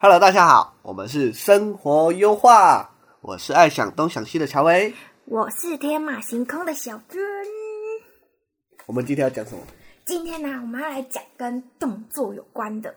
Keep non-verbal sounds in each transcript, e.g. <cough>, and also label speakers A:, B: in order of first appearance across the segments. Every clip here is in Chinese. A: Hello，大家好，我们是生活优化，我是爱想东想西的乔维。
B: 我是天马行空的小珍。
A: 我们今天要讲什么？
B: 今天呢、我们要来讲跟动作有关的，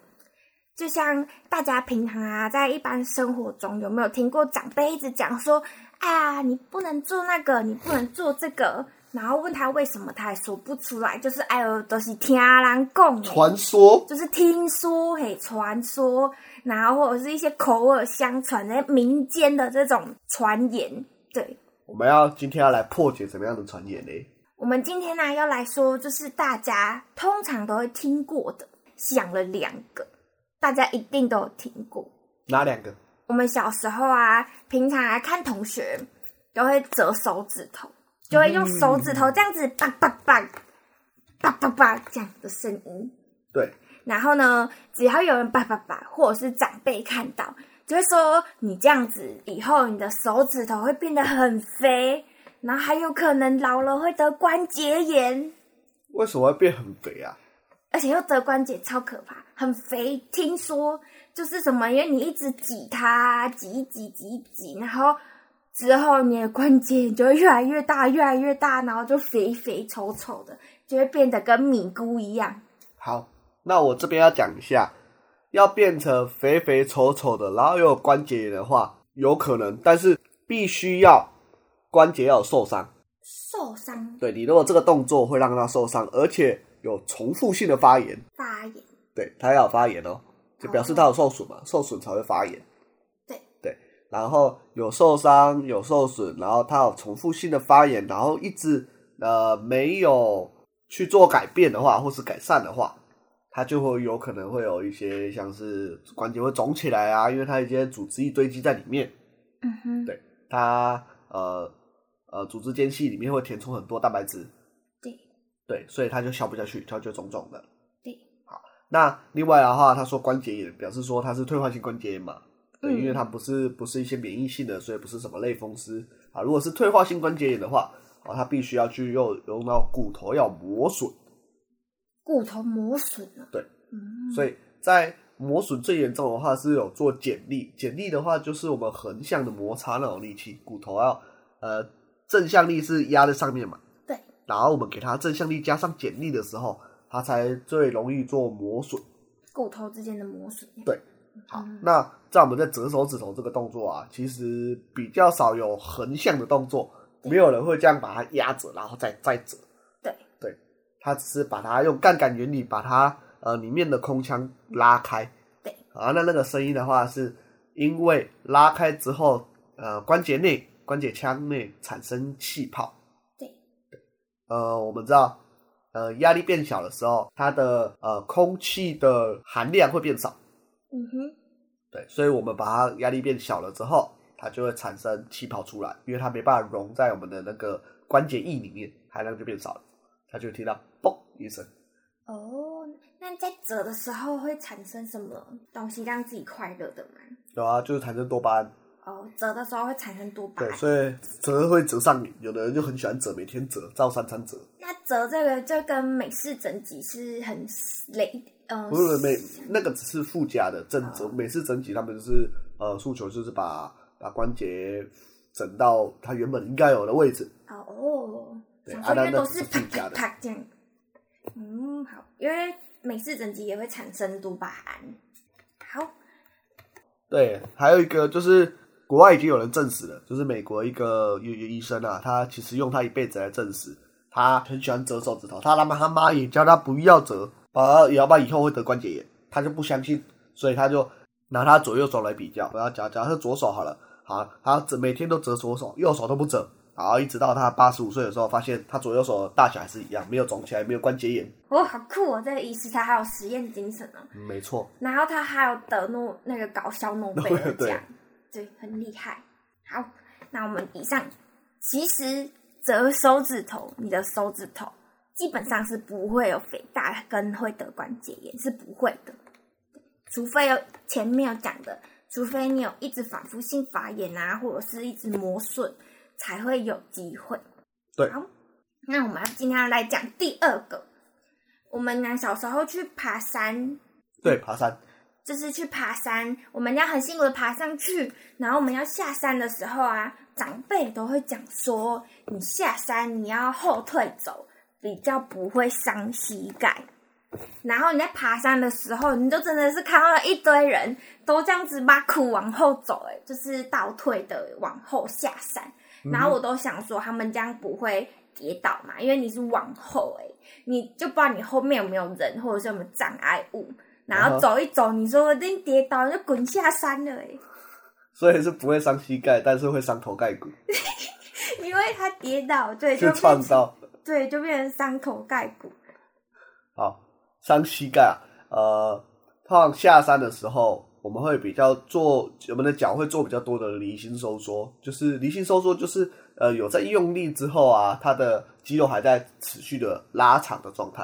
B: 就像大家平常啊，在一般生活中有没有听过长辈一直讲说啊，你不能做那个，你不能做这个，然后问他为什么，他还说不出来，就是哎呦，都、是听人讲的。
A: 传说
B: 就是听说、嘿传说，然后或者是一些口耳相传的民间的这种传言。对，
A: 我们要今天要来破解什么样的传言呢？
B: 我们今天呢、要来说，就是大家通常都会听过的，想了两个，大家一定都有听过。
A: 哪两个？
B: 我们小时候啊，平常啊看同学都会折手指头，就会用手指头这样子叭叭叭叭叭叭这样的声音。
A: 对，
B: 然后呢，只要有人叭叭叭，或者是长辈看到，就会说你这样子以后你的手指头会变得很肥，然后还有可能老了会得关节炎，
A: 为什么会变很肥啊？
B: 而且又得关节超可怕，很肥。听说就是什么，因为你一直挤它，挤一挤挤一挤，然后之后你的关节就会越来越大，越来越大，然后就肥肥丑丑的，就会变得跟米糊一样。
A: 好，那我这边要讲一下，要变成肥肥丑丑的，然后又有关节炎的话，有可能，但是必须要关节要有受伤。
B: 受伤
A: 对你如果这个动作会让它受伤，而且有重复性的发炎，
B: 发炎，
A: 对，它要有发炎哦，就表示它有受损嘛，受损才会发炎。
B: 对
A: 对，然后有受伤，有受损，然后它有重复性的发炎，然后一直呃没有去做改变的话，或是改善的话，它就会有可能会有一些像是关节会肿起来啊，因为它一些组织一堆积在里面，
B: 嗯哼，
A: 对它呃呃组织间隙里面会填充很多蛋白质，
B: 对
A: 对，所以它就消不下去，它就肿肿的。
B: 对，
A: 那另外的话，他说关节炎，表示说它是退化性关节炎嘛？对，
B: 嗯
A: 因为它不是不是一些免疫性的，所以不是什么类风湿啊。如果是退化性关节炎的话，啊，它必须要去用用到骨头要磨损，
B: 骨头磨损了。
A: 对，
B: 嗯，
A: 所以在磨损最严重的话是有做剪力，剪力的话就是我们横向的摩擦那种力气，骨头要呃正向力是压在上面嘛，
B: 对，
A: 然后我们给它正向力加上剪力的时候，它才最容易做磨损。
B: 骨头之间的磨损。
A: 对，好
B: 嗯，
A: 那在我们在折手指头这个动作啊，其实比较少有横向的动作，没有人会这样把它压着，然后再再折。
B: 对，
A: 对，它只是把它用杠杆原理把它呃里面的空腔拉开。
B: 对，
A: 啊，那那个声音的话，是因为拉开之后，呃，关节内关节腔内产生气泡。
B: 对，
A: 呃，我们知道，呃，压力变小的时候，它的呃空气的含量会变少。
B: 嗯哼，
A: 对，所以我们把它压力变小了之后，它就会产生气泡出来，因为它没办法融在我们的那个关节液里面，含量就变少了，它就会听到嘣一声。
B: 哦，那在折的时候会产生什么东西让自己快乐的吗？
A: 有啊，就是产生多巴胺。
B: 哦，折的时候会产生多巴
A: 对，
B: 胺。
A: 所以折会折上瘾，有的人就很喜欢折，每天折，照三餐折。
B: 那折这个就跟美式整脊是很累，嗯、呃，
A: 不是每那个只是附加的正折，每次整体他们就是呃诉求就是把把关节整到它原本应该有的位置。
B: 哦哦，
A: 对
B: 想
A: 啊
B: 说因
A: 那
B: 为
A: 那
B: 都
A: 只是
B: 啪
A: 附加
B: 啪
A: 的
B: 啪这样。嗯，好，因为美式整脊也会产生多巴胺。好，
A: 对，还有一个就是国外已经有人证实了，就是美国一个医医生啊，他其实用他一辈子来证实，他很喜欢折手指头，他他妈他妈也教他不要折，把也要不然以后会得关节炎，他就不相信，所以他就拿他左右手来比较，我要假假设左手好了，好，他只每天都折左手，右手都不折，然后一直到他八十五岁的时候，发现他左右手的大小还是一样，没有肿起来，没有关节炎。
B: 哇、好酷哦！这个医师他还有实验精神哦，
A: 嗯没错，
B: 然后他还有得诺那个搞笑诺贝尔
A: 对
B: 奖，对，很厉害。好，那我们以上其实折手指头，你的手指头基本上是不会有肥大跟会得关节炎，是不会的，除非有前面有讲的，除非你有一直反复性发炎啊，或者是一直磨损，才会有机会。
A: 对
B: 好，那我们要今天要来讲第二个。我们呢，小时候去爬山，
A: 对，爬山，
B: 就是去爬山，我们要很辛苦的爬上去，然后我们要下山的时候啊，长辈都会讲说，你下山你要后退走，比较不会伤膝盖。然后你在爬山的时候，你就真的是看到一堆人都这样子把苦往后走、欸，哎，就是倒退的往后下山。然后我都想说，他们这样不会跌倒嘛？因为你是往后、欸，哎，你就不知道你后面有没有人或者是有没有障碍物。然后
A: 嗯哼
B: 走一走，你说一定跌倒，就滚下山了、欸，
A: 虽然是不会伤膝盖，但是会伤头盖骨，
B: 因为他跌倒，对，就
A: 是
B: 变
A: 创
B: 成
A: 造。
B: 对，就变成伤口盖骨。
A: 好，伤膝盖啊，呃，通常下山的时候，我们会比较做，我们的脚会做比较多的离心收缩，就是离心收缩，就是呃有在用力之后啊，它的肌肉还在持续的拉长的状态，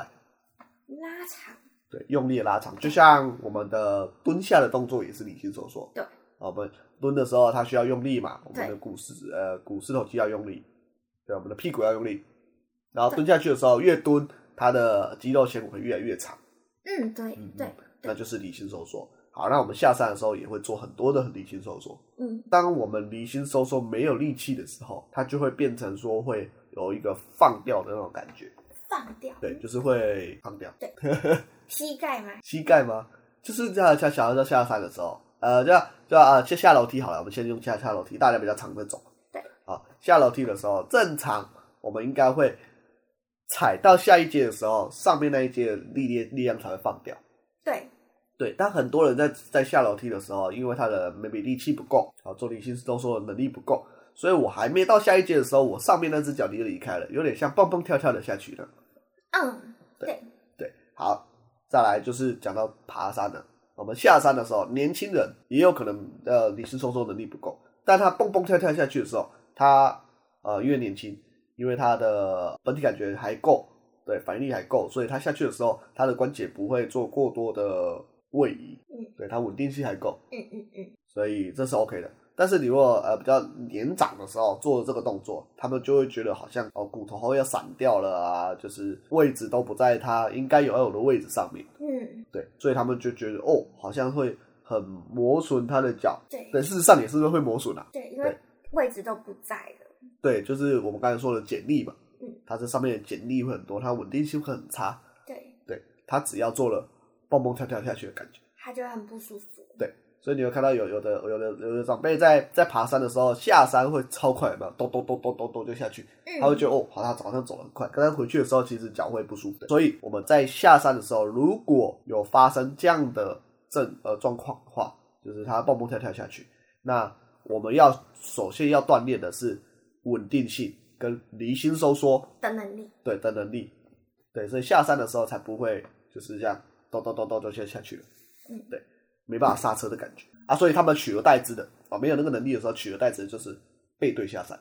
B: 拉长，
A: 对，用力地拉长，就像我们的蹲下的动作也是离心收缩，
B: 对
A: 啊，我们蹲的时候它需要用力嘛，我们的
B: 对
A: 股四呃股四头肌要用力，对，我们的屁股要用力，然后蹲下去的时候越蹲，它的肌肉纤维会越来越长。
B: 嗯，对
A: 嗯
B: 对，
A: 那就是离心收缩。好，那我们下山的时候也会做很多的离心收缩。
B: 嗯，
A: 当我们离心收缩没有力气的时候，它就会变成说会有一个放掉的那种感觉，
B: 放掉。
A: 对，就是会放掉
B: 膝盖嘛，
A: 膝盖吗？就是这样，像小孩在下山的时候，呃，就要就要啊，先下楼梯好了，我们先用下下楼梯，大家比较常会走。
B: 对，
A: 好，下楼梯的时候，正常我们应该会踩到下一阶的时候，上面那一阶的力力力量才会放掉。
B: 对，
A: 对，但很多人在在下楼梯的时候，因为他的 maybe 力气不够，啊，做离心收缩的能力不够，所以我还没到下一阶的时候，我上面那只脚就离开了，有点像蹦蹦跳跳的下去了。
B: 嗯，
A: 对
B: 对，
A: 对，好，再来就是讲到爬山了。我们下山的时候，年轻人也有可能呃离心收缩能力不够，但他蹦蹦跳跳下去的时候，他呃因为年轻，因为他的本体感觉还够，对反应力还够，所以他下去的时候，他的关节不会做过多的位移，
B: 嗯
A: 对他稳定性还够，
B: 嗯嗯嗯，
A: 所以这是 OK 的。但是你如果呃比较年长的时候做这个动作，他们就会觉得好像哦骨头要散掉了啊，就是位置都不在它应该有要有的位置上面，
B: 嗯，
A: 对，所以他们就觉得哦好像会很磨损他的脚，
B: 对
A: 对，事实上也是会磨损啊，
B: 对，因为位置都不在了。
A: 对，就是我们刚才说的剪力嘛
B: 嗯，
A: 它这上面的剪力会很多，它稳定性会很差，
B: 对，
A: 对，它只要做了蹦蹦跳跳下去的感觉。
B: 他就会很不舒服。
A: 所以你会看到有有的有的有的长辈在在爬山的时候下山会超快，有没有？咚咚咚咚咚咚就下去，
B: 嗯，
A: 他会觉得哦，好，他早上走得很快，但他回去的时候其实脚会不舒服。所以我们在下山的时候，如果有发生这样的症呃状况的话，就是他蹦蹦跳跳下去，那我们要首先要锻炼的是稳定性跟离心收缩
B: 的能力。
A: 对的能力，对，所以下山的时候才不会就是这样咚咚咚咚就先下去了，
B: 嗯
A: 对，没办法刹车的感觉啊，所以他们取而代之的啊，没有那个能力的时候，取而代之的就是背对下山，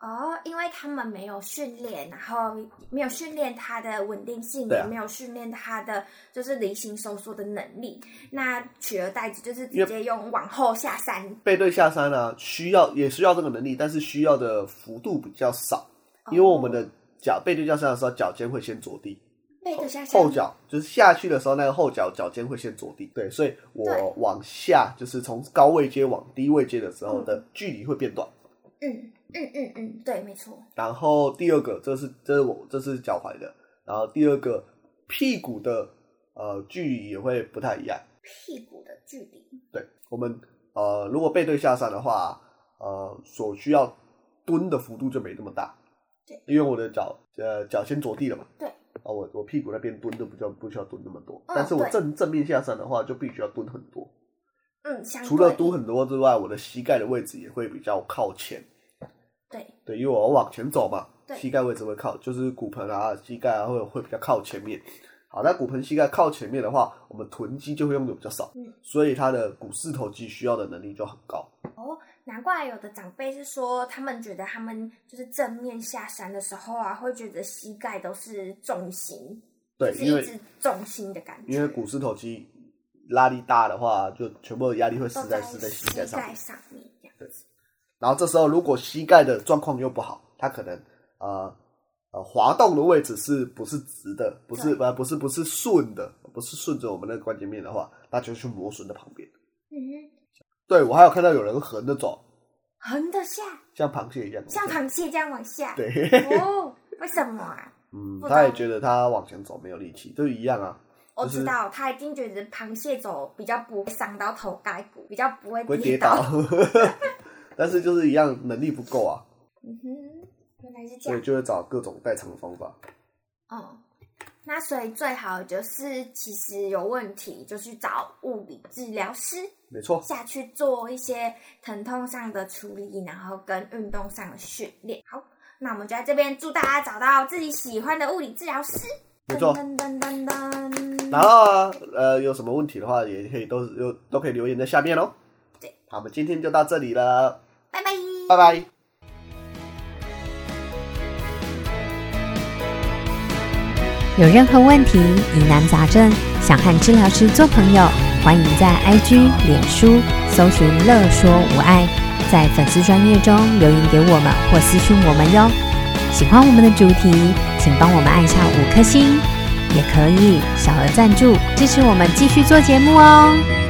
B: 哦，因为他们没有训练，然后没有训练他的稳定性，
A: 对
B: 也
A: 啊
B: 没有训练他的就是离心收缩的能力，那取而代之就是
A: 因
B: 直
A: 为
B: 接用往后下山。
A: 背对下山呢、需要也需要这个能力，但是需要的幅度比较少，因为我们
B: 哦
A: 的脚背对下山的时候，脚尖会先着地，
B: 背对下山
A: 后脚就是下去的时候，那个后脚脚尖会先着地，对，所以
B: 对
A: 我往下就是从高位阶往低位阶的时候
B: 嗯
A: 的距离会变短。
B: 嗯嗯嗯嗯，对，没错。
A: 然后第二个，这是这是我这是脚踝的，然后第二个屁股的呃距离也会不太一样。
B: 屁股的距离，
A: 对我们呃，如果背对下山的话，呃，所需要蹲的幅度就没那么大。
B: 对，
A: 因为我的脚呃脚先着地了嘛。
B: 对。
A: 啊，我我屁股那边蹲的不叫不需要蹲那么多，
B: 嗯
A: 但是我
B: 对
A: 正正面下山的话，就必须要蹲很多。
B: 嗯，相
A: 除了
B: 对
A: 蹲很多之外，我的膝盖的位置也会比较靠前。
B: 对，
A: 对，因为我往前走嘛，
B: 对
A: 膝盖位置会靠，就是骨盆啊、膝盖啊会会比较靠前面。好，那骨盆、膝盖靠前面的话，我们臀肌就会用的比较少，
B: 嗯
A: 所以它的股四头肌需要的能力就很高。
B: 难怪有的长辈是说，他们觉得他们就是正面下山的时候啊，会觉得膝盖都是重心，
A: 对，
B: 就是
A: 因
B: 一
A: 为
B: 直重心的感觉。
A: 因为股四头肌拉力大的话，就全部的压力会施
B: 都
A: 在
B: 在
A: 施在膝
B: 膝
A: 盖上面。
B: 上面这样子。
A: 然后这时候如果膝盖的状况又不好，它可能呃呃滑动的位置是不是直的，不是呃不是不是顺的，不是顺着我们那个关节面的话，那就去磨损的旁边。
B: 嗯
A: 对我还有看到有人横着走，
B: 哼，横的下，
A: 像螃蟹一样，
B: 像螃蟹这样往下。 <laughs>
A: 对，
B: 哦，为什
A: <laughs>
B: 么啊？
A: 嗯，
B: 不
A: 他也
B: 懂
A: 觉得他往前走没有力气，都一样啊，
B: 我
A: 就是
B: 知道，他一定觉得螃蟹走比较不会伤到头盖骨，比较不会
A: 不会跌
B: 跌
A: 倒。 <laughs> 但是就是一样，能力不够啊，
B: <laughs> 嗯哼，原来是这
A: 所以
B: 样。
A: 就会找各种代偿的方法。
B: 哦，那所以最好就是，其实有问题就去找物理治疗师
A: 没错，
B: 下去做一些疼痛上的处理，然后跟运动上的训练。好，那我们就在这边祝大家找到自己喜欢的物理治疗师。
A: 没错
B: 噔噔噔噔噔。
A: 然后啊，呃，有什么问题的话，也可以都有都可以留言在下面哦。
B: 对，
A: 好，我们今天就到这里了，
B: 拜拜。
A: 拜拜。
C: 有任何问题、疑难杂症，想和治疗师做朋友，欢迎在 IG、脸书搜寻“乐说无爱”，在粉丝专页中留言给我们或私讯我们哟。喜欢我们的主题，请帮我们按下五颗星，也可以小额赞助支持我们继续做节目哦。